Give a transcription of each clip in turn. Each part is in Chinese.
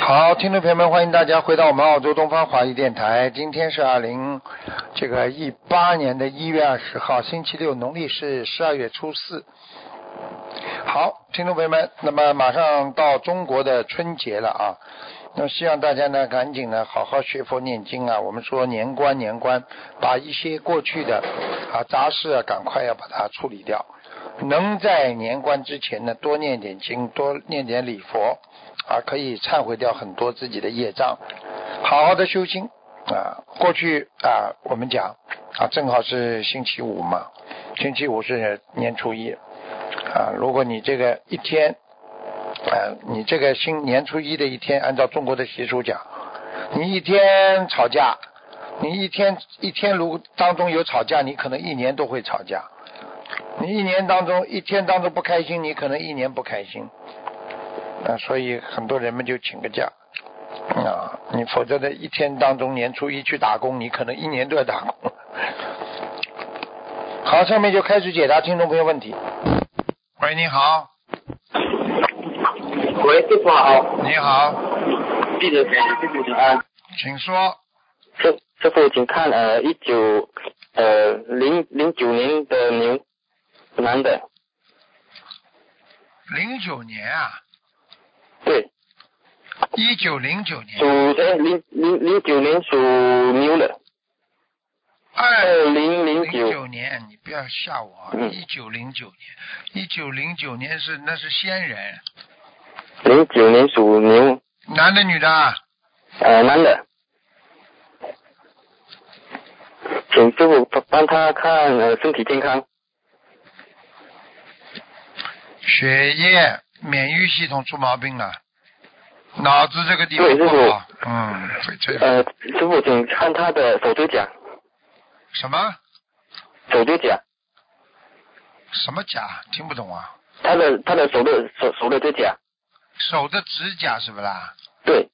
好，听众朋友们，欢迎大家回到我们澳洲东方华语电台。今天是二零这个一八年的一月二十号，星期六，农历是十二月初四。好，听众朋友们，那么马上到中国的春节了啊，那么希望大家呢赶紧呢好好学佛念经啊。我们说年关年关，把一些过去的啊杂事啊，赶快要把它处理掉。能在年关之前呢，多念点经，多念点礼佛，啊，可以忏悔掉很多自己的业障，好好的修心啊。过去啊，我们讲啊，正好是星期五嘛，星期五是年初一啊。如果你这个一天，啊，你这个新年初一的一天，按照中国的习俗讲，你一天吵架，你一天一天如当中有吵架，你可能一年都会吵架。你一年当中一天当中不开心，你可能一年不开心，啊、所以很多人们就请个假啊、你否则的一天当中年初一去打工，你可能一年都要打工。好，下面就开始解答听众朋友问题。喂，你好，喂，师傅好，你好，弟子给师傅请安。请说。师师傅，请看呃一九呃零零九年的牛男的，零九年啊，对，一九零九属年，哎零零零九年属牛的，二二零零零九九年，你不要吓我啊！嗯一九零九年，一九零九年是那是仙人，零九年属牛男的女的啊？呃男的，请师傅帮帮他看呃身体健康，血液免疫系统出毛病了，啊脑子这个地方对不这是好我，嗯，会这样。呃师傅请看他的手指甲，什么手指甲，什么甲？听不懂啊？他的他的手的手手的指甲，手的指甲是不啦？对，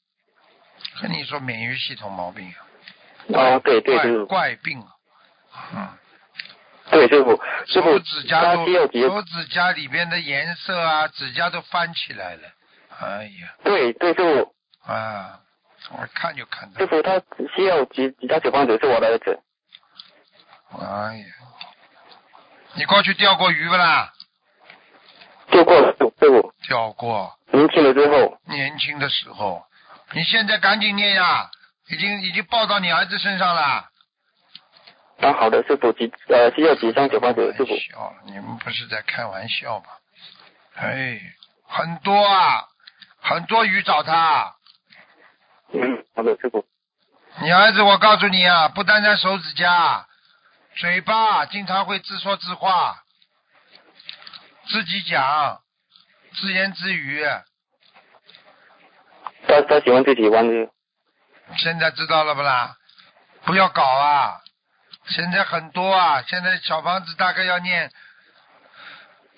和你说免疫系统毛病啊，哦对对怪师傅。怪病啊，嗯。对，师傅，师手傅，指甲他都第二节，手指甲里边的颜色啊，指甲都翻起来了。哎呀，对对，师傅，啊，我看就看到师。傅他需要几几张小房子是我的儿子，哎呀，你过去钓过鱼不啦？就过了，师傅，钓过，年轻了之后，年轻的时候。你现在赶紧念呀，已经已经报到你儿子身上了。啊，好的，师傅几呃需要几张小房子，师傅开玩，笑了，你们不是在开玩笑吗？哎，很多啊，很多鱼找他。嗯，好的，师傅，你儿子，我告诉你啊，不单单手指甲，嘴巴经常会自说自话，自己讲，自言自语。他他喜欢自己玩的，现在知道了不啦？不要搞啊！现在很多啊，现在小房子大概要念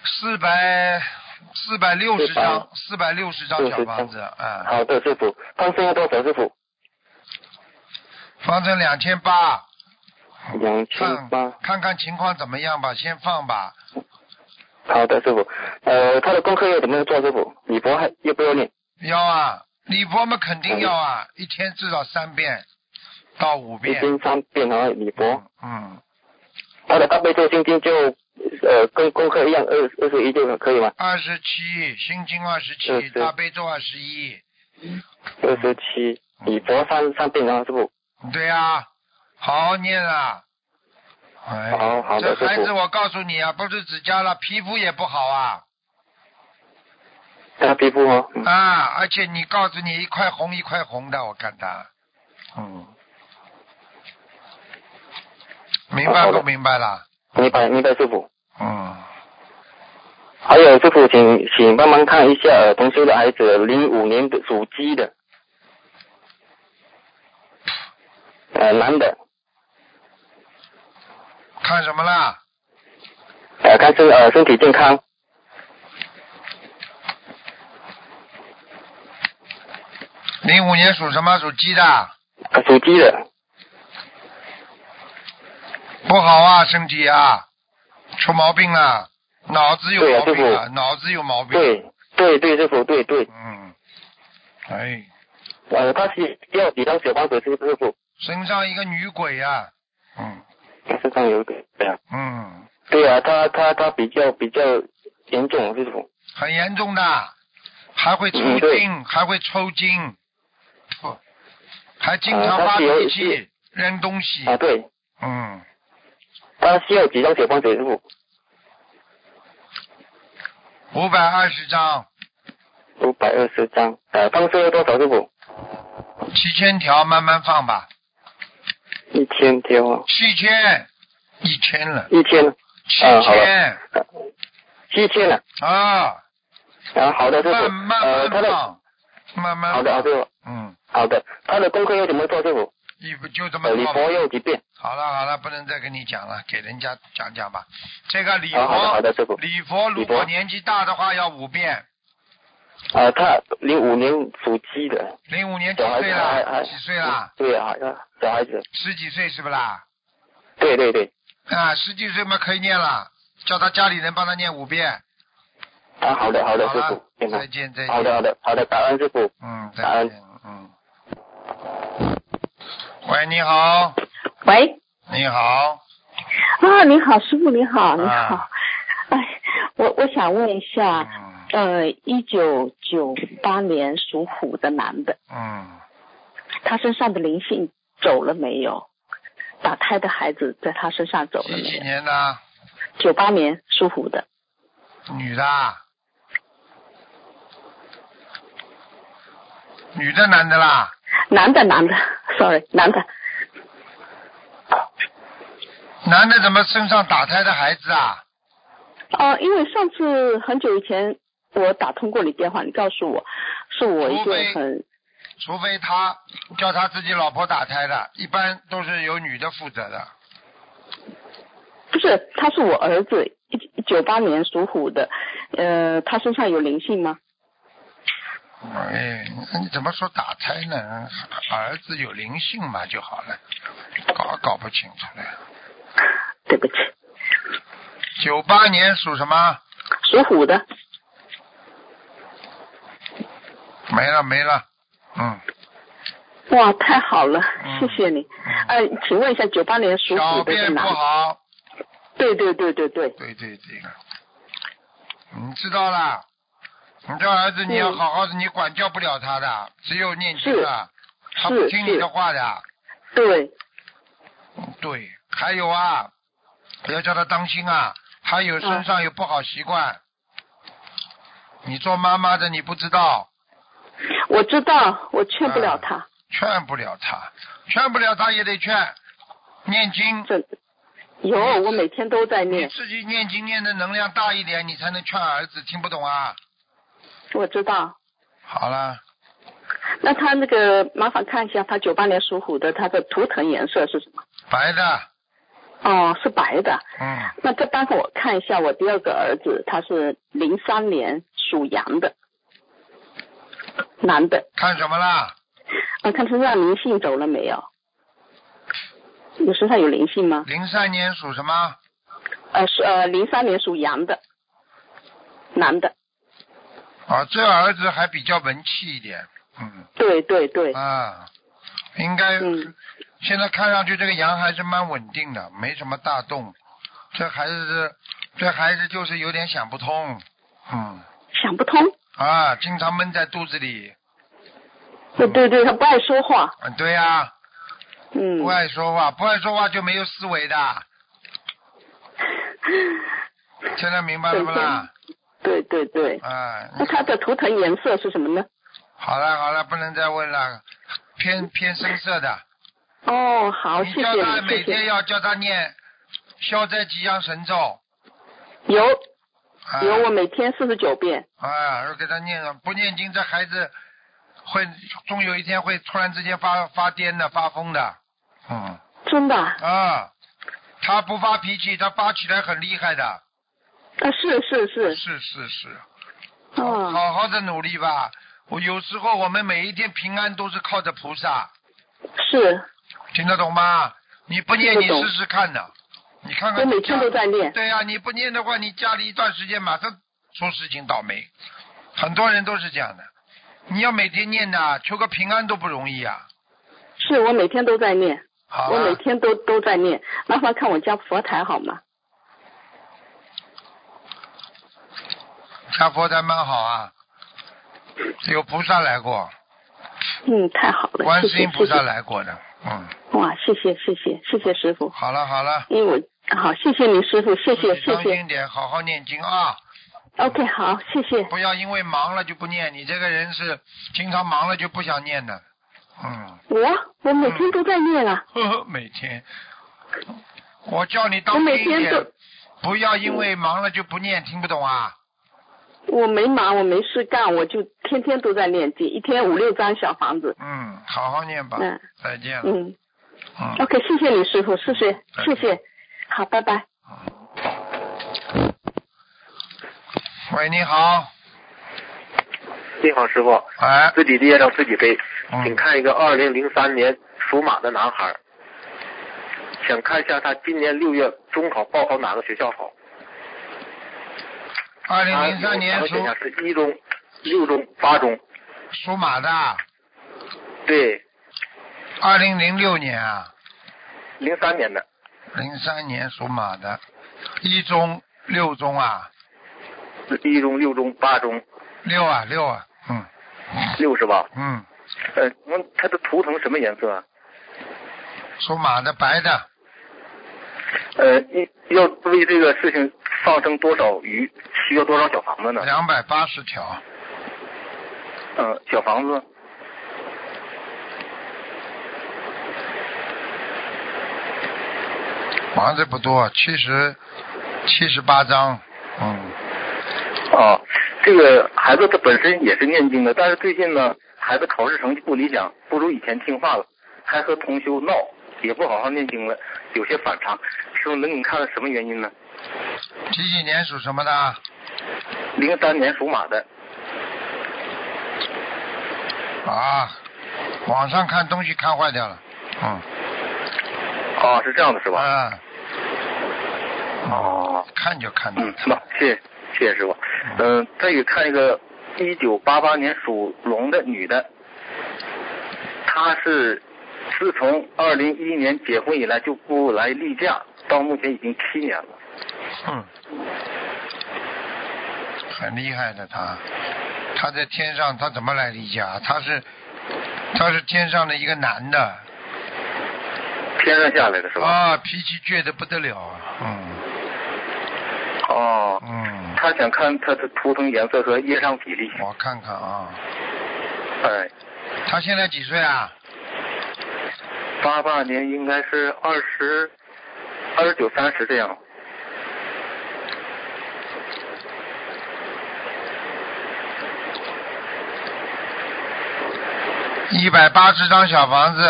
四百四百六十张，四百六十张小房子啊、嗯，好的，师傅，他身要多少，师傅？放成两千八。两看千八，看看情况怎么样吧，先放吧。好的，师傅，呃，他的功课要怎么做，师傅？李博还要不要念？要啊，礼佛嘛肯定要啊，一天至少三遍到五一遍。经三遍，然后礼博，嗯，他的大悲咒心经就呃跟功课一样，二二十一就可以吗？二十七，心经二十嗯七，是大悲咒二十一。二十七，李博三三遍，然后师傅。对啊，好好念啊。哎，好好的这孩师子，傅我告诉你啊，不是指甲了，皮肤也不好啊他皮肤哦，嗯啊！而且你告诉你，一块红一块红的，我看他。嗯，明白好不的明白啦？明白明白师傅。嗯，还有师傅，请请帮忙看一下呃，同修的孩子，零五年的属鸡的，呃，男的，看什么啦？呃，看身呃身体健康，零五年属什么？属鸡的。呃属鸡的，不好啊，身体啊，出毛病了，脑子有对啊毛病对了，脑子有毛病。对对对，师傅对对，嗯，哎，呃，他需要几张小房子是不是不？身上一个女鬼啊，嗯他身上有一个对啊，嗯，对啊，他他他比较比较严重是不？很严重的，还会抽嗯对筋，还会抽筋，不，还经常呃发他是有脾气是，扔东西，啊，对，嗯，他需要几张小房子是不？五百二十张，五百二十张，呃，放射要多少是不？七千条，慢慢放吧，一千条啊，七千，一千了，一千，七嗯好千呃七千啊，啊，啊，好的师慢傅，慢呃，慢他的放，慢慢好的好放，的嗯，好的，他的功课要怎么做师傅？你不就这么呃，礼做吧。佛要几遍？好了好了，不能再跟你讲了，给人家讲讲吧。这个礼啊，好的好佛，的师傅，礼佛如礼佛果年纪大的话要五遍，呃，他零五年属鸡的，零五年几小孩岁子还啦？还几岁啦？？对啊，还小孩子，十几岁是不啦？对对对，啊，十几岁嘛可以念了，叫他家里人帮他念五遍。啊，好的好的好师了傅，，行吗再见再好见。的好的好的，感恩师傅。嗯，感再恩见嗯。喂，你好，喂，你好，啊，你好，师傅，你好，你啊好，哎，我我想问一下，嗯呃，一九九八年属虎的男的，嗯，他身上的灵性走了没有？打胎的孩子在他身上走了几没几有？年的？九八年属虎的，女的啊，女的男的啦？男的男的，sorry，男的，男的怎么身上打胎的孩子啊？哦，因为上次很久以前我打通过你电话，你告诉我是我一除个非很除非他叫他自己老婆打胎的，一般都是由女的负责的。不是，他是我儿子，一九八年属虎的，呃，他身上有灵性吗？哎，你怎么说打胎呢？儿子有灵性嘛就好了，搞搞不清楚了。 对不起，九八年属什么？属虎的，没了没了，嗯，哇，太好了，嗯谢谢你。呃，请问一下，九八年属小虎的是便不哪？好，对对对对对，对对对了，你知道啦，你这儿子你要嗯好好的，你管教不了他的，只有念经的，他是不听你是的话的。对，嗯对，还有啊，要叫他当心啊，还有身上有不好习惯。你做妈妈的你不知道，我知道，我劝不嗯了他，劝不了他，劝不了他也得劝。念经，真的。有，我每天都在你念，自己念经念的能量大一点，你才能劝儿子。听不懂啊？我知道。好了，那他那个，麻烦看一下，他九八年属虎的，他的图腾颜色是什么？白的，哦，是白的。嗯，那再帮我看一下我第二个儿子，他是零三年属羊的，男的，看什么啦？啊，看身上灵性走了没有？你身上有灵性吗？零三年属什么？呃，是呃，零三年属羊的，男的，啊，这儿子还比较文气一点，嗯对对对，啊，应该嗯，现在看上去这个羊还是蛮稳定的，没什么大动。这孩子，这孩子就是有点想不通，嗯，想不通，啊，经常闷在肚子里。对对对，他不爱说话，嗯，对呀、嗯不，爱说话，不爱说话就没有思维的。现在明白了不啦？对对对。啊，那他的图腾颜色是什么呢？好了好了，不能再问了，偏偏深色的。哦，好，你谢叫谢他你，每谢天谢。要叫他念消灾吉祥神咒。有啊、有，我每天四十九遍。啊，要给他念了，不念经，这孩子会终有一天会突然之间发发癫的、发疯的。嗯真的啊，啊，他不发脾气，他发起来很厉害的。啊是是是，是是是，好啊，好好的努力吧。我有时候我们每一天平安都是靠着菩萨，是，听得懂吗？你不念，你听得懂试试看呢。你看我看每你天家，都在念，对呀、你不念的话，你家里一段时间马上出事情倒霉。很多人都是这样的。你要每天念的，求个平安都不容易啊。是我每天都在念，好啊我每了，天都都在念。麻烦看我家佛台好吗？家佛台蛮好啊，有菩萨来过，嗯，太好了，观谢世谢音菩谢萨谢。来过的。嗯，哇，谢谢谢谢谢谢师傅，好了好了，因为我好谢谢您师傅，谢谢自己谢当谢。心点，好好念经啊， OK，好，谢谢。不要因为忙了就不念。你这个人是经常忙了就不想念的。嗯，我我每天都在念啊，呵呵，每天，我叫你当我心每一天点都，不要因为忙了就不念，听不懂啊？我没忙，我没事干，我就天天都在念经，一天五六张小房子。嗯，好好念吧。嗯再见了。嗯嗯，OK，谢谢你师傅，谢谢再谢见谢，好，拜拜。喂，你好，你好，师傅，哎，自己的业障自己背。请嗯，看一个二零零三年属马的男孩，想看一下他今年六月中考报考哪个学校好？二零他零三年我属想一下是一中、六中、八中。属马的，对，二零零六年啊，零三年的，零三年属马的，一中六中啊，一中、六中、八中，六啊六啊，嗯六是吧？嗯，呃，那他的图腾什么颜色啊？属马的白的，呃，一要为这个事情放生多少鱼？需要多少小房子呢？两百八十条，嗯，小房子。房子不多，七十七十八张，嗯，啊，这个孩子他本身也是念经的，但是最近呢，孩子考试成绩不理想，不如以前听话了，还和同修闹，也不好好念经了，有些反常。师傅能给你看看什么原因呢？几几年属什么的？零三年属马的，啊，网上看东西看坏掉了，嗯。啊，是这样的，是吧？啊，哦，看就看到嗯，是吧？谢谢，谢谢师傅。嗯、再给看一个一九八八年属龙的女的，她是自从二零一一年结婚以来就不来例假，到目前已经七年了。嗯，很厉害的他，他在天上他怎么来理解啊？他是他是天上的一个男的天上下来的是吧？啊，脾气倔得不得了啊，嗯啊哦，嗯，他想看他的图腾颜色和业障比例。我看看啊，哎，他现在几岁啊？八八年应该是二十二十九、三十这样。一百八十张小房子，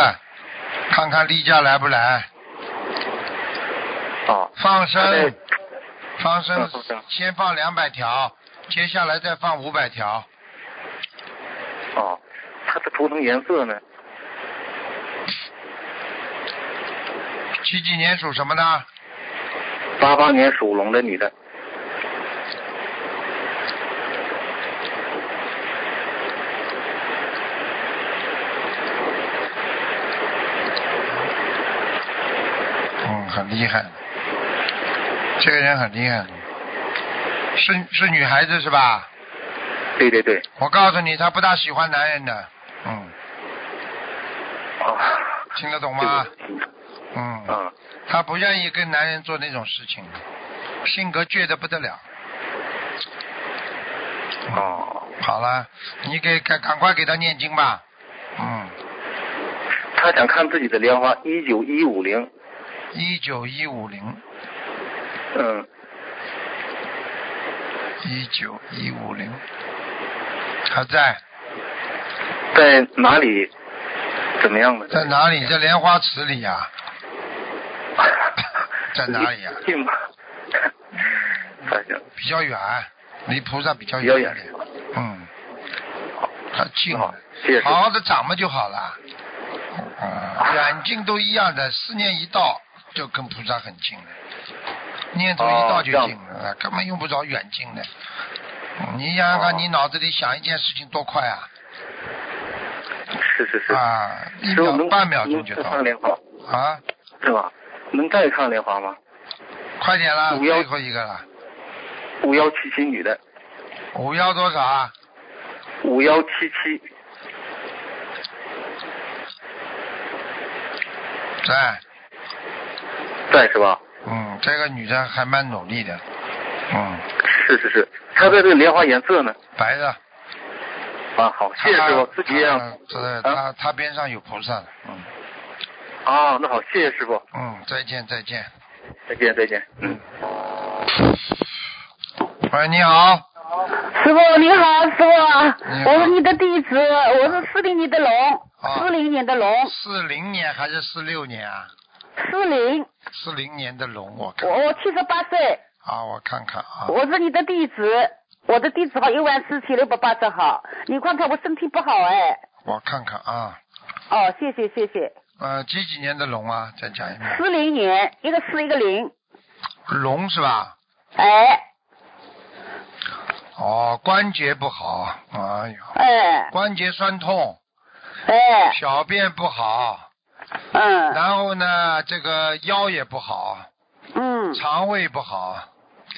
看看例假来不来？啊，放他在生，放生放生，先放两百条，接下来再放五百条。啊，他的图腾颜色呢？几几年属什么的？八八年属龙的女的。嗯，很厉害，这个人很厉害，是是女孩子是吧？对对对。我告诉你，她不大喜欢男人的，嗯，啊。听得懂这吗？个。嗯，啊她不愿意跟男人做那种事情，性格倔得不得了。哦，好了，你给赶赶快给她念经吧，嗯，他想看自己的莲花，一九一五零。一九一五零，嗯，一九一五零，还在在哪里？怎么样呢？ 在哪里？在莲花池里呀、在哪里呀啊嗯近 吧。还行，比较远，离菩萨比较比较远一远点。嗯，他近，好，谢谢师傅。好好的掌嘛就好了。啊，嗯远近都一样的，思念一到就跟菩萨很近了，念头一到就近了，根本用不着远近的。你想想啊哦看，你脑子里想一件事情多快啊！是是是。啊，一师傅秒能半秒钟就能到看了莲花啊！是吧？能再看莲花吗？快点啦，五幺最后一个了，五幺七七女的，五幺多少啊？五幺七七在，在是吧？嗯，这个女的还蛮努力的，嗯，是是是，她的这个莲花颜色呢？白的。啊，好，谢谢师傅，自己也她要她她她边上有菩萨的，嗯啊，那好，谢谢师傅，嗯，再见再见。再见再见，嗯。喂，你好，师傅你好，师你傅，好我是你的弟子，我是四零年的龙，啊四零年的龙，四零年还是四六年啊？四零，四零年的龙，我看我我七十八岁，啊，我看看啊，我是你的弟子，我的地址号一万四千六百八十号，你看看我身体不好哎，我看看啊，哦，谢谢谢谢，呃，几几年的龙啊？再讲一遍，四零年一个四一个零，龙是吧？哎哦，关节不好，哎呦，哎关节酸痛，哎，小便不好，嗯然后呢，这个腰也不好，嗯肠胃不好，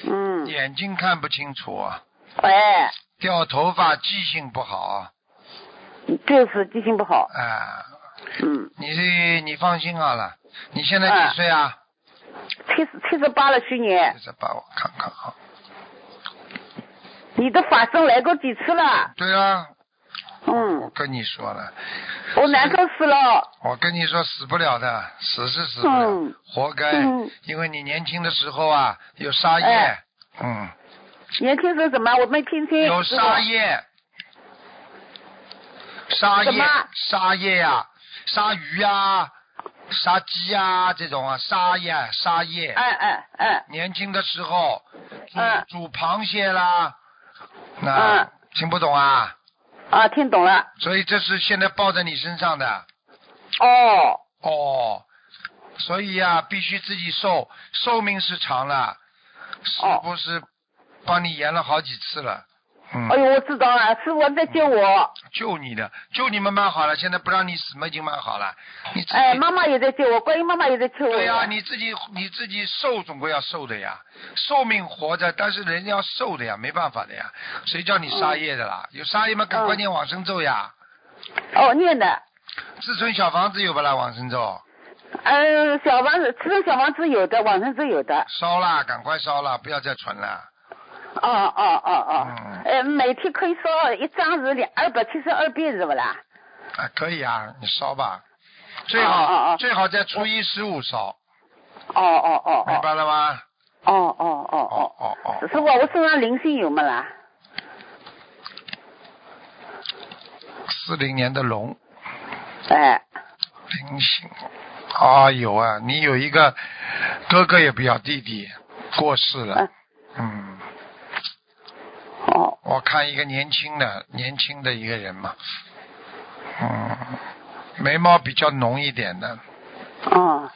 嗯，眼睛看不清楚，啊哎，掉头发，记性不好，啊就是记性不好，哎、嗯，你你放心好了，你现哎在几岁啊？七十七十八了去年，再把我看看啊。你的法身来过几次了？对啊，我嗯，跟你说了，我难受死了。我跟你说死不了的，死是死不了，嗯活该、嗯因为你年轻的时候啊有杀业，哎嗯，年轻时候怎么？我没听清。有杀嗯业，杀业什么，杀业呀、杀鱼呀、杀鸡呀、这种啊，杀业，杀业。哎哎哎，年轻的时候煮、嗯煮螃蟹啦，那、嗯听不懂啊？啊，听懂了。所以这是现在报在你身上的哦，哦。所以呀、必须自己受，寿命是长了，是哦不是帮你延了好几次了？嗯，哎呦，我知道了，师傅在救我，救你的，救你们蛮好了，现在不让你死嘛，已经蛮好了。你自己、哎，妈妈也在救我，观音妈妈也在救我。对呀、你自己你自己受总归要受的呀，寿命活着，但是人要受的呀，没办法的呀，谁叫你杀业的啦？有杀业嘛，赶快嗯念往生咒呀。哦，念的，自存小房子有不啦？往生咒嗯，小房子，吃的小房子有的，晚上是有的。烧啦，赶快烧啦，不要再存了。哦哦哦嗯哦，呃，每天可以烧一张是两二百七十二遍是不啦？啊，可以啊，你烧吧，最哦好、哦哦最好在初一十五烧，哦哦哦明哦白了吗？哦哦哦哦哦哦，哦，师傅，我身上灵性有没啦？四零年的龙哎，灵性，啊有啊，你有一个哥哥也不要，弟弟过世了嗯，嗯，哦我看一个年轻的年轻的一个人嘛，嗯，眉毛比较浓一点的，哦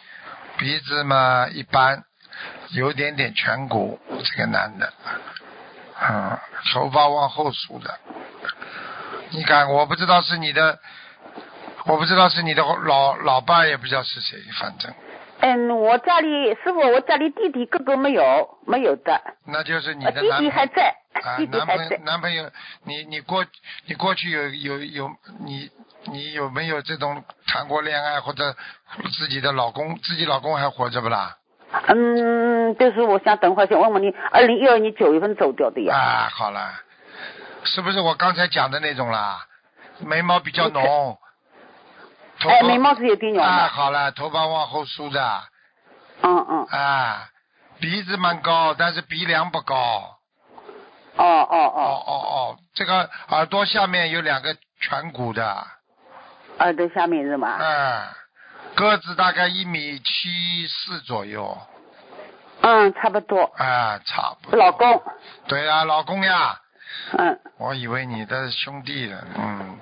鼻子嘛一般，有点点颧骨，这个男的，嗯，头发往后梳的。你看，我不知道是你的，我不知道是你的老老伴，也不知道是谁，反正嗯，我家里师傅，我家里弟弟哥哥没有，没有的，那就是你呃的弟男朋弟友还在， 啊，弟弟男还朋友在，男朋友，你你过你过去有有有你你有没有这种谈过恋爱或者自己的老公自己老公还活着不啦？嗯，就是我想等会儿想问问你，二零一二年九月份走掉的呀，啊，好了，是不是我刚才讲的那种啦？眉毛比较浓，头哎，发眉毛是有点浓啊，的，好了，头发往后梳的嗯嗯，啊，鼻子蛮高，但是鼻梁不高。哦哦哦哦，哦哦，这个耳朵下面有两个颧骨的，耳朵下面是吗？啊，个子大概一米七四左右，嗯，差不多，啊，差不多。老。公，对啊，老公呀，嗯，我以为你的兄弟了，嗯，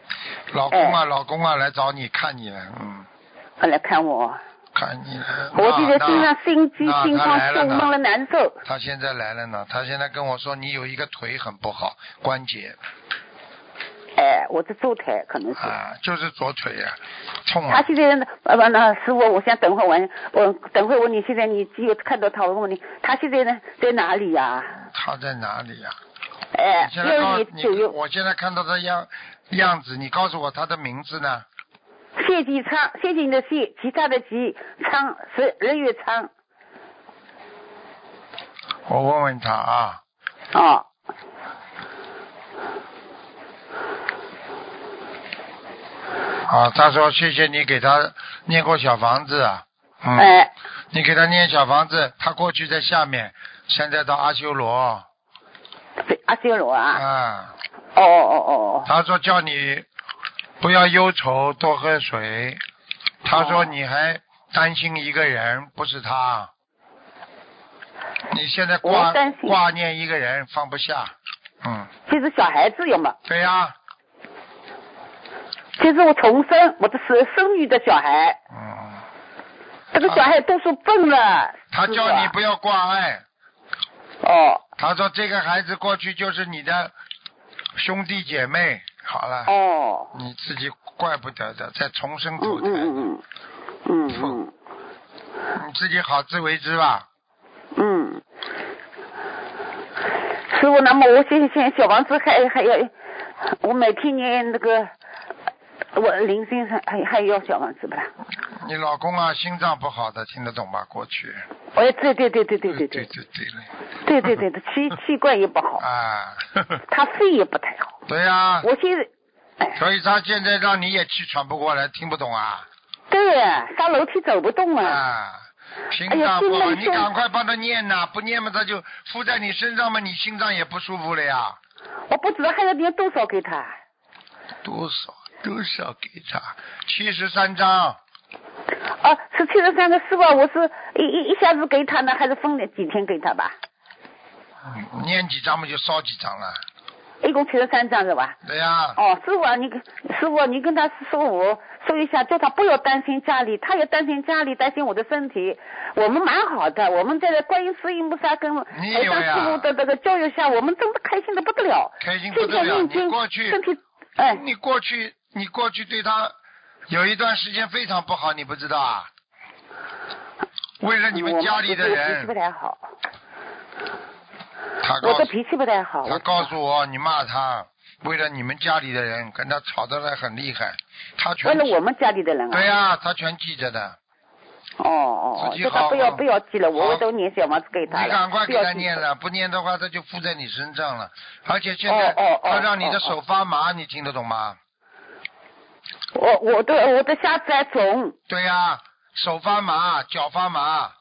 老公哎啊，老公啊，来找你看你了，嗯，来看我，看你了。我现在啊那身上心悸、那心他慌来、了胸呢闷了难受，他现在来了呢，他现在跟我说你有一个腿很不好，关节，哎，我的周台可能是。啊，就是左腿呀、痛他啊！现在呃不那师傅，我想等会儿问，我等会儿问你，现在你只有看到他，我问你，他现在呢在哪里呀、他在哪里呀、哎你，现在六告月你九，月，我现在看到他样样子，你告诉我他的名字呢？谢继昌，谢谢你的谢，其他的吉，昌是日月昌，我问问他啊。哦，啊，他说谢谢你给他念过小房子啊。嗯。哎，你给他念小房子，他过去在下面，现在到阿修罗对阿修罗啊，啊。哦哦哦他说叫你不要忧愁，多喝水。他说你还担心一个人，不是他。你现在挂我担心挂念一个人放不下，嗯，哦，就是小孩子有嘛，对呀、就是我重生，我的是生育的小孩，嗯，这个小孩都说笨了，他师傅叫啊你不要挂碍，哦他说这个孩子过去就是你的兄弟姐妹，好了，哦，你自己怪不得哎的，再重生嗯投胎，嗯嗯嗯嗯你自己好自为之吧。嗯嗯，师傅，那么我现在现在小房子还还要，我每天念那个，我零星还还还要小房子不啦？你老公啊，心脏不好的，听得懂吧？过去，哎，对对对对对对对对对对了对对对对，气器官也不好，啊，呵呵他肺也不太好。对呀、我现在，哎，所以他现在让你也气喘不过来，听不懂啊？对呀、上楼梯走不动了。啊，心哎呀脏不好，心脏你重赶快帮他念呐、不念嘛他就附在你身上嘛，你心脏也不舒服了呀。我不知道还要念多少给他，多少多少给他七十三张，哦、是七十三个师傅，我是一一一下子给他呢，还是分了几天给他吧？嗯念几张嘛就烧几张了。一共七十三张是吧？对呀、哦，师傅啊，你跟师傅啊，你跟他说我说一下，叫他不要担心家里，他也担心家里，担心我的身体。我们蛮好的，我们在观音寺音菩萨跟你台以上为啊师傅的这个教育下，我们真的开心的不得了。开心不得天天了。念你经过去，身体哎，你过去，你过去对他有一段时间非常不好，你不知道啊？为了你们家里的我脾气不人，太好，他告我的诉脾气不太好。他告诉我，你骂他，为了你们家里的人跟他吵得来很厉害，他全为了我们家里的人啊对，呀、他全记着的，哦哦，哦自，己叫他好不要好不要急了，我好我都念小房子给你他了，赶快不给要他急念了，不念的话他就附在你身上了，而且现在哦哦哦他让你的哦哦手发麻，你听得懂吗？我我的我的下肢还肿，对呀、手发麻，脚发麻，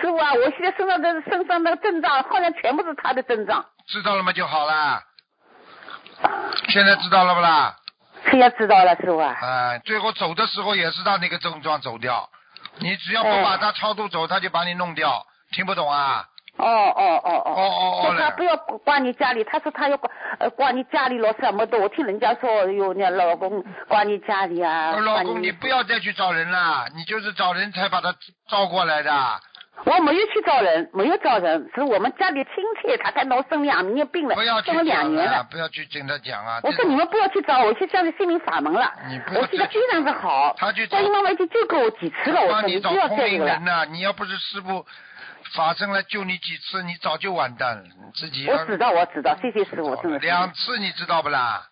师傅啊，我现在身上的身上的症状好像全部是他的症状，知道了吗？就好了。现在知道了不啦？现在知道了，师傅啊。啊、最后走的时候也是让那个症状走掉。你只要不把它超度走，他就把你弄掉。听不懂啊？哦哦哦哦哦。哦哦说他不嘞！要挂你家里，他说他要挂呃挂你家里咯什么的，我听人家说有那老公挂你家里啊，我老挂公，你不要再去找人了，你就是找人才把他招过来的。我没有去找人，没有找人，是我们家里亲戚，他才闹生两年病了，不要去生了两讲年了，了。不要去跟他讲啊。我这说你们不要去找，我现在是心灵法门了你不，要我现在再非常的好他去，找观音妈妈已经救过我几次了，我帮说你不找要通这灵个了。人呐、你要不是师傅法身来救你几次，你早就完蛋了。你自己要我知道，我知道，谢谢师傅，真的是。两次，你知道不啦？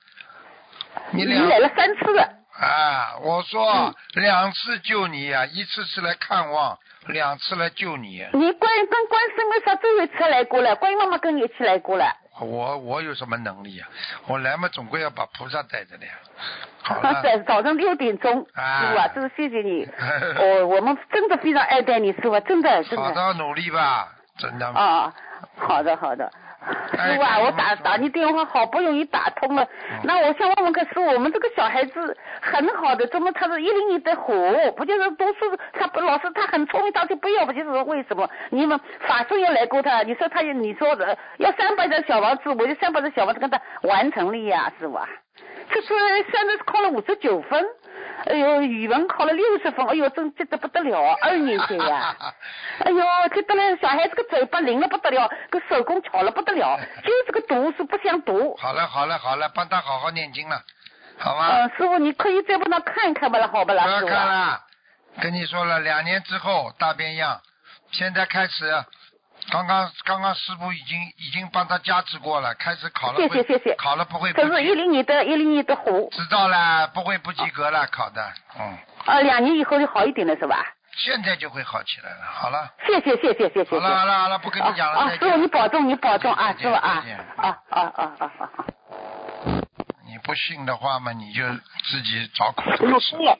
你你两来嗯了三次了，啊，我说、两次救你呀、一次是来看望，两次来救你。你关跟关师妹上最后一次来过了，观音妈妈跟你一起来过了。我我有什么能力呀、我来嘛，总归要把菩萨带着的呀。好早 了，早上六点钟，师傅啊啊，真的谢 谢你，我我们真的非常爱戴你，师傅，真的真好的。好努力吧，真的。啊，好的好的。哎师傅啊，你我打说打你电话好不容易打通了，那我想问问看师傅，我们这个小孩子很好的，怎么他是一零年的虎，不就是读书他不老师他很聪明，他就不要，不就是为什么？你们法师也来过他，你说他也你说的要三百张小房子，我就三百张小房子跟他完成了呀，师傅啊，这是现在考了五十九分，哎呦，语文考了六十分，哎呦，真急得不得了，啊二年级呀、哎呦，这得了，小孩子个嘴巴灵了不得了，个手工巧了不得 了，就是个读书不想读。好了好了好了，帮他好好念经了，好吗？嗯，师傅，你可以再帮他看一看吧，好不啦，不要师傅？看了，跟你说了，两年之后大变样，现在开始，刚刚刚刚师傅已经已经帮他加持过了，开始考了谢会，谢谢谢考了不会不这是一及，零年的，一零年的虎，知道了，不会不及格了，考的，嗯，啊，两年以后就好一点了，是吧？现在就会好起来了，好了，谢谢谢谢谢谢好谢谢。了好了好了，不跟你讲了，啊再啊，师傅见，你保重，你保重啊，再师见傅啊再见，啊啊啊啊啊啊！你不信的话嘛，你就自己找苦头老吃师。，啊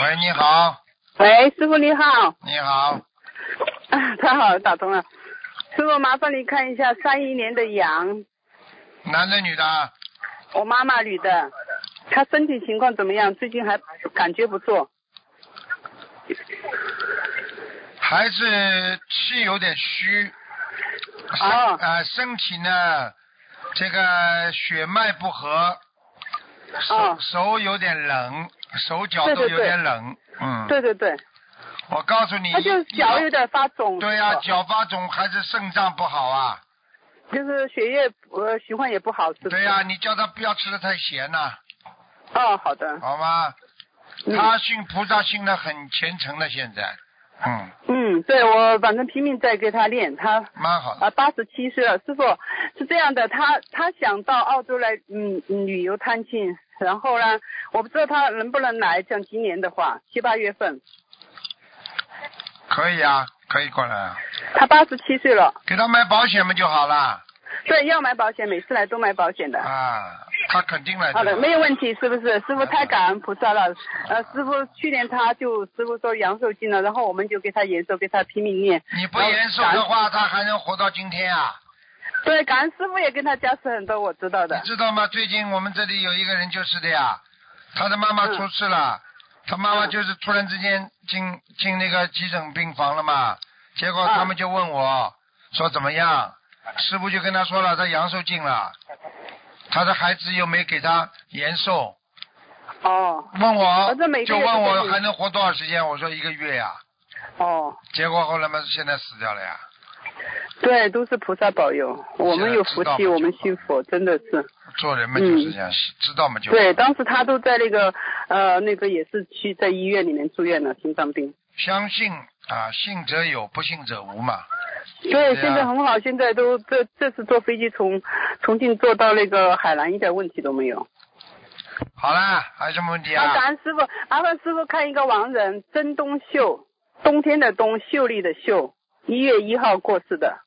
喂，你好，喂，师傅你好，你好，啊， 太好了，打通了。师傅，麻烦你看一下三一年的羊，男的女的？我妈妈女的，她身体情况怎么样？最近还感觉不错，还是气有点虚，身哦呃身体呢，这个血脉不和，手、哦手有点冷，手脚对都对有对点冷，嗯，对对对，我告诉你，她就是脚有点发肿，对呀、脚发肿还是肾脏不好啊，就是血液呃循环也不好，是不是？对呀、啊你叫他不要吃的太咸呐、哦，好的，好吗？嗯他信菩萨信的很虔诚的，现在，嗯，嗯，对我反正拼命在给她练，她蛮好的，啊，八十七岁了，师傅是这样的，他他想到澳洲来，嗯，嗯旅游探亲，然后呢，我不知道他能不能来，像今年的话，七八月份，可以啊，可以过来啊，他八十七岁了，给他买保险不就好了？对，要买保险，每次来都买保险的。啊，他肯定来好的，个没有问题，是不是？师傅太感恩菩萨了。呃，师傅去年他就师傅说阳寿尽了，然后我们就给他延寿，给他拼命念。你不延寿的话，他还能活到今天啊？对，感恩师傅也跟他加持很多，我知道你的。知道吗？最近我们这里有一个人就是的呀，他的妈妈出事了，嗯他妈妈就是突然之间进进那个急诊病房了嘛，结果啊他们就问我说怎么样，师傅就跟他说了，他阳寿尽了，他的孩子又没给他延寿，哦问我反正每就个月问都我在还能活多少时间，我说一个月呀、哦，结果后来嘛现在死掉了呀，对，都是菩萨保佑，我们有福知道气，嘛我们就好信佛，真的是。做人嘛就是这样，知道嘛就好嗯对，当时他都在那个呃那个也是去在医院里面住院了，心脏病。相信啊，信者有，不信者无嘛。对，呀现在很好，现在都这这次坐飞机从重庆坐到那个海南，一点问题都没有。好啦，还有什么问题啊，感啊？恩师傅，麻烦师傅看一个亡人曾东秀，冬天的冬，秀丽的秀，一月一号过世的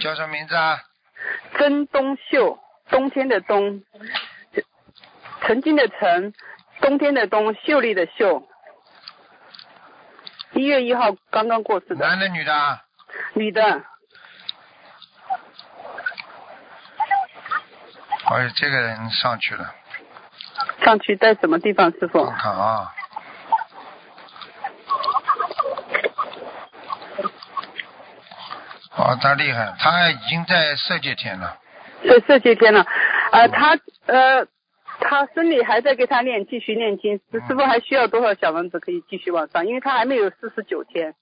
叫什么名字啊？曾东秀，冬天的冬，曾经的曾，冬天的冬，秀丽的秀。一月一号刚刚过世的。男的女的啊？女的，哎，这个人上去了，上去在什么地方？师傅我，看啊。哦，他厉害，他已经在色界天了。这这些天了，呃，他呃，他孙女还在给他念，继续念经。师师傅还需要多少小房子可以继续往上？因为他还没有四十九天。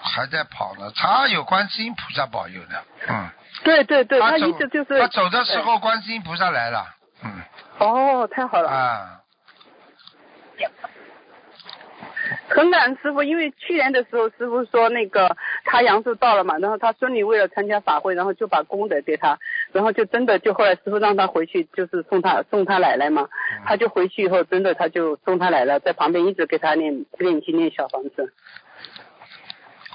还在跑呢，他有观世音菩萨保佑的，嗯，对对对，他走一直就是他走的时候，观世音菩萨来了，嗯，哦，太好了，啊，很感恩师傅，因为去年的时候师傅说那个他阳寿到了嘛，然后他孙女为了参加法会，然后就把功德给他，然后就真的就后来师傅让他回去，就是送他送他奶奶嘛，嗯他就回去以后真的他就送他奶奶，在旁边一直给他念念经念小房子。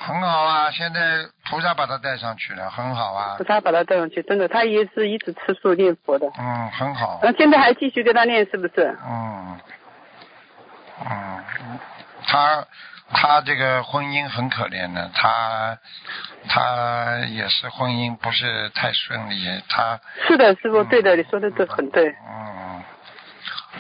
很好啊，现在菩萨把他带上去了，很好啊菩，萨把他带上去，真的，他也是一直吃素念佛的，嗯，很好，然后现在还继续跟他念，是不是？嗯，嗯，他他这个婚姻很可怜的，他他也是婚姻不是太顺利，他是的，师傅，对的，你说的这很对，嗯，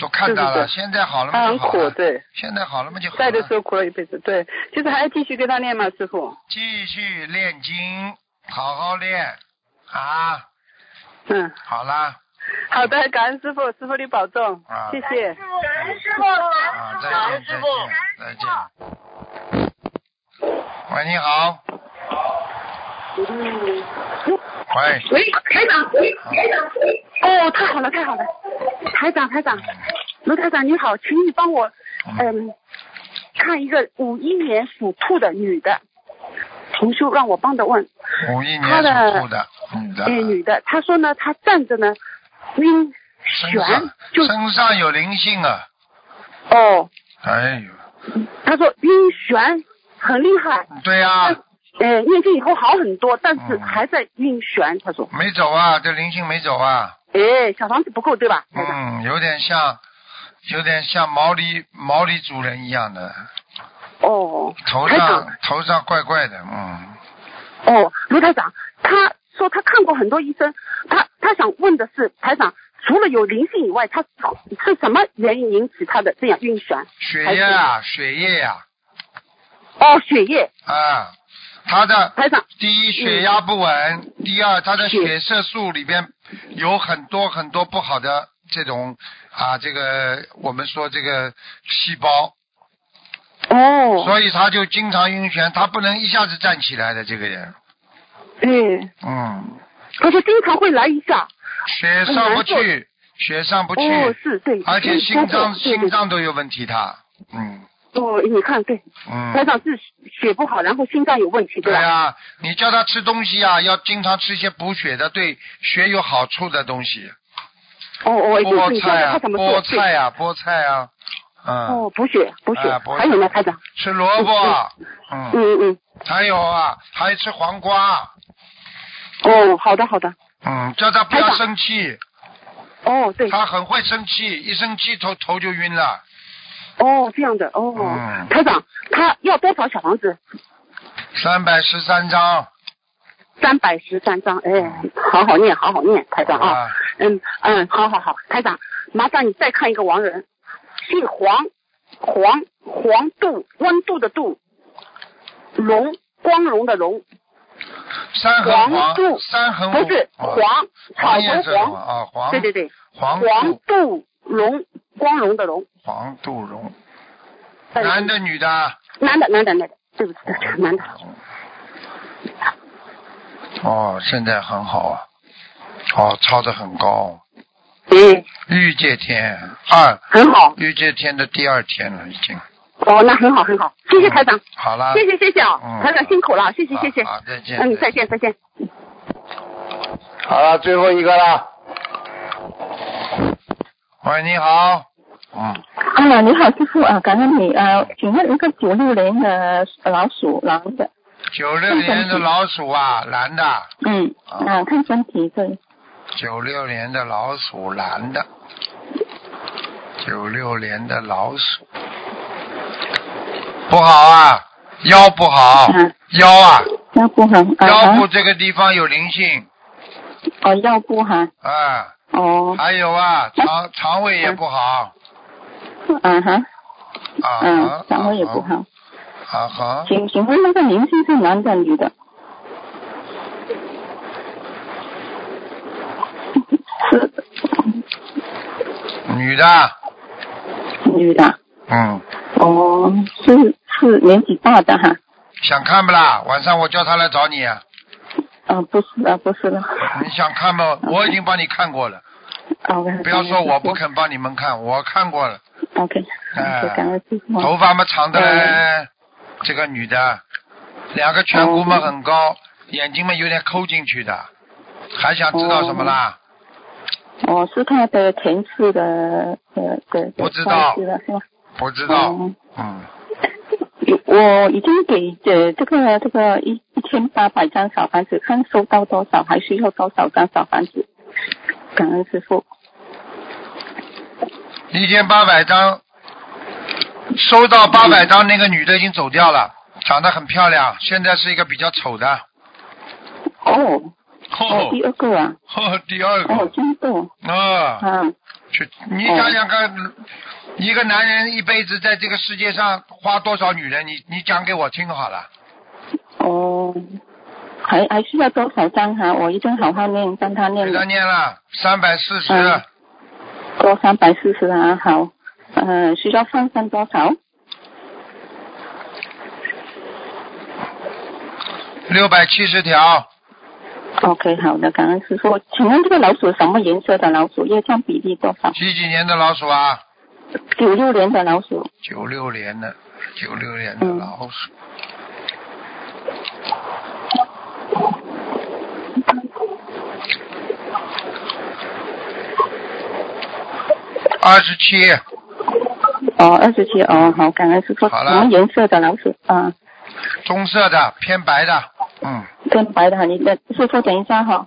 都看到对了，对对现在好了他嘛就很嗯好苦，了，对，现在好了嘛就好在的了时，候苦了一辈子，对，就是还要继续跟他念嘛，师傅，继续练经，好好练啊，嗯，好啦，好的，感恩师傅，师傅你保重，啊谢谢。师傅，啊，再见，再见，再见。喂，你好。喂，喂，台长，喂，台长，哦，太好了，太好了，台长，台长，卢台长你好，请你帮我，嗯，看一个五一年属兔的女的，同修让我帮着问，五一年属兔的女的，哎，女的，她说呢，她站着呢，晕身眩上，就身上有灵性啊！哦，哎呦，她说晕眩很厉害，对呀、但呃，念经以后好很多，但是还在晕眩，她说，没走啊，这灵性没走啊。哎，小房子不够对吧，台长？嗯，有点像，有点像毛里毛里主人一样的，哦，头台长上。头上怪怪的，嗯，哦，卢台长，他说他看过很多医生，他他想问的是，台长除了有灵性以外，他是什么原因引起他的这样晕眩？血液啊，血液呀、哦，血液，啊，他的台长，第一血压不稳，第二他的血色素里边有很多很多不好的这种啊，这个我们说这个细胞，哦，所以他就经常晕眩，他不能一下子站起来的这个人，嗯，嗯，而且经常会来一下，血上不去，血上不去，哦，是对，而且心脏对心对脏都有问题，他，嗯对哦，你看对，台嗯，长是血不好，然后心脏有问题，对吧？啊，你叫他吃东西啊，要经常吃一些补血的、对血有好处的东西，哦，我已经注菠意到菜了，啊，他怎么做？菠菜对啊，菠菜啊，嗯，哦，补血，补血哎补，血还有呢，台长，吃萝卜，嗯，嗯嗯，还有啊，还吃黄瓜，哦，好的好的，嗯，叫他不要台长生气，哦对，他很会生气，一生气头头就晕了，哦，这样的哦，嗯台长，他要多少小房子？三百十三张，三百十三张，哎，好好念，好好念，台长啊，嗯啊嗯嗯，好好好，台长，麻烦你再看一个亡人，姓黄，黄黄度，温度的度，荣光荣的荣，三横黄黄度，三横不是黄黄，草哦黄颜色头的黄，啊，黄对对对，黄黄度度荣，光荣的荣，黄杜荣，哎男嗯的女的？男的男的男的，对不起，对不起男的，哦，现在很好啊，哦，抄的很高，哎，玉界天二，很好，玉界天的第二天了已经。哦，那很好很好，谢嗯谢台长。好啦，谢谢谢谢啊嗯，台长辛苦了，谢谢好谢谢，好，再见。嗯，再见再见。好了，最后一个了。喂，你好。嗯，啊，你好，师傅啊，感恩你啊，请问一个九六年的老鼠男的，九六嗯年的老鼠啊，男的。嗯，啊，看身体对，九六年的老鼠，男的。九六年的老鼠，不好啊，腰不好，嗯腰啊，腰部哈，啊，嗯腰部这个地方有灵性哦，腰部哈，啊，哦，还有啊，肠肠胃也不好啊哈，啊，嗯，肠胃也不好，啊哈，请请问那个灵性是男的女的？是女的，女的，嗯，哦，是是年纪大的哈，想看不啦？晚上我叫她来找你啊，啊，不是啊，不是了，你想看吗？嗯我已经帮你看过了，啊，不要说我不肯帮你们看，我看过了。 ，OK，哎感恩师傅啊。头发嘛长的嘞，嗯这个女的，两个颧骨嘛很高，眼睛嘛有点抠进去的，还想知道什么啦？哦，是他的前世的呃的不知道是了是吗？不知道，哦嗯，有我已经给呃这个这个一一千八百张小房子，看收到多少，还需要多少张小房子？感恩师傅。一千八百张，收到八百张，那个女的已经走掉了，长得很漂亮，现在是一个比较丑的，哦，哦哦，第二个啊，哦第二个，哦，真的啊、啊，去，你想想看，一个男人一辈子在这个世界上花多少女人？你你讲给我听好了。哦，还还需要多少张哈、啊我一定好好念，帮他念给他念了三百四十，嗯多三百四十啊，好。呃，需要放生多少？六百七十条， OK，好的，感恩师傅。请问这个老鼠什么颜色的老鼠？业障比例多少？几几年的老鼠啊？九六年的老鼠，九六年的，九六年的嗯老鼠。二十七，哦，二十七，哦，好，感恩师傅。好什了么颜色的老鼠？啊，棕色的，偏白的，嗯，跟白的哈，你呃的师傅等一下哈。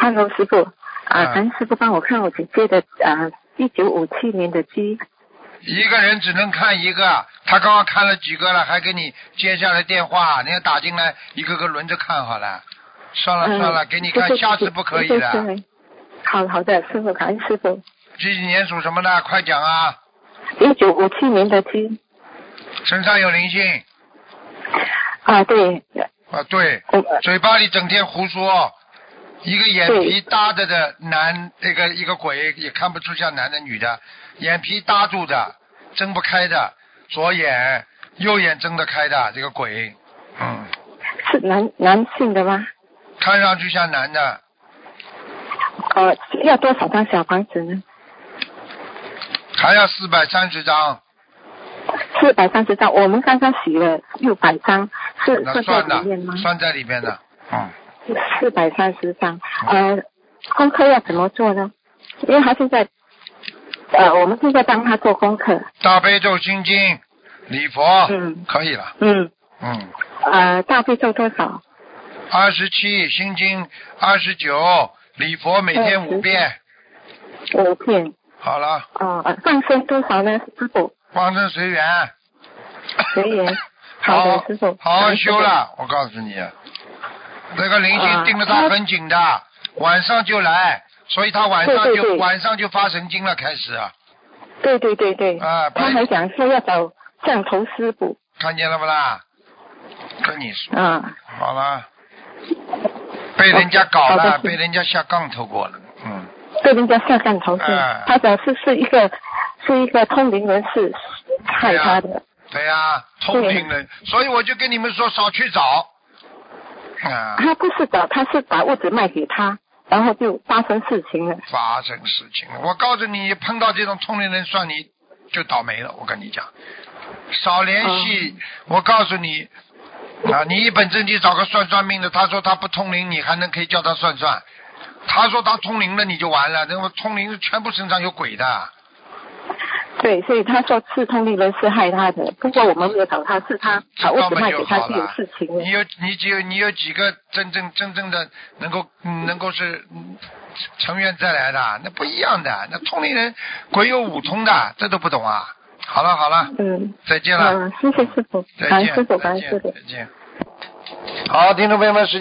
Hello，师傅啊，嗯安、师傅帮我看我姐姐的啊，一九五七年的鸡一个人只能看一个，他刚刚看了几个了，还给你接下来电话，你要打进来，一个个轮着看好了。啊算了嗯算了，给你看，谢谢下次不可以谢谢师的。傅好好的，师傅，感恩师傅。几几年属什么的？快讲啊！一九五七年的鸡身上有灵性啊，对，啊，对，我嘴巴里整天胡说，一个眼皮搭着的男，那个一个鬼也看不出像男的女的，眼皮搭住的，睁不开的，左眼右眼睁得开的这个鬼，嗯，是男男性的吗？看上去像男的，呃，要多少张小房子呢？还要四百三十张，四百三十张，我们刚刚洗了六百张，是那算算在的里面吗，？算在里边的，嗯，四百三十张，呃，功课要怎么做呢？因为他现在，呃，我们现在帮他做功课，大悲咒心经，礼佛，嗯可以了，嗯，嗯，呃，大悲咒多少？二十七心经，二十九礼佛每嗯天五遍，五片，好了，哦、呃，放生多少呢？师傅，放生随缘，。随缘 好好的，师傅，好好感恩师修父。了，我告诉你，那个灵性啊盯着他很紧的，晚上就来，所以他晚上对对就对晚上就发神经了，开始啊，对对对对，啊他还讲说要找降头师傅，看见了不啦？跟你说。啊，好了，被人家搞好了，的被人家下杠头过了，嗯，被人家下降头师哎，他表示是一个是一个通灵人士害他的，对啊呀、通灵人，所以我就跟你们说少去找，啊，他不是找，他是把屋子卖给他，然后就发生事情了。发生事情了，我告诉你，碰到这种通灵人，算你就倒霉了，我跟你讲，少联系，我告诉你。啊，你一本正经找个算算命的，他说他不通灵，你还能可以叫他算算；他说他通灵了，你就完了。那么通灵全部身上有鬼的，对，所以他说是通灵人是害他的，不过我们没有找他，是他把屋这根子本卖就给好他了。是有事情的你。有你只有你有几个真正真正的能够嗯能够是嗯成员再来的，啊那不一样的。那通灵人鬼有五通的，这都不懂啊。好了好了，嗯，再见了，嗯，谢谢师傅，再感恩见师傅，感再恩师见傅再。见。好，听众朋友们，时间。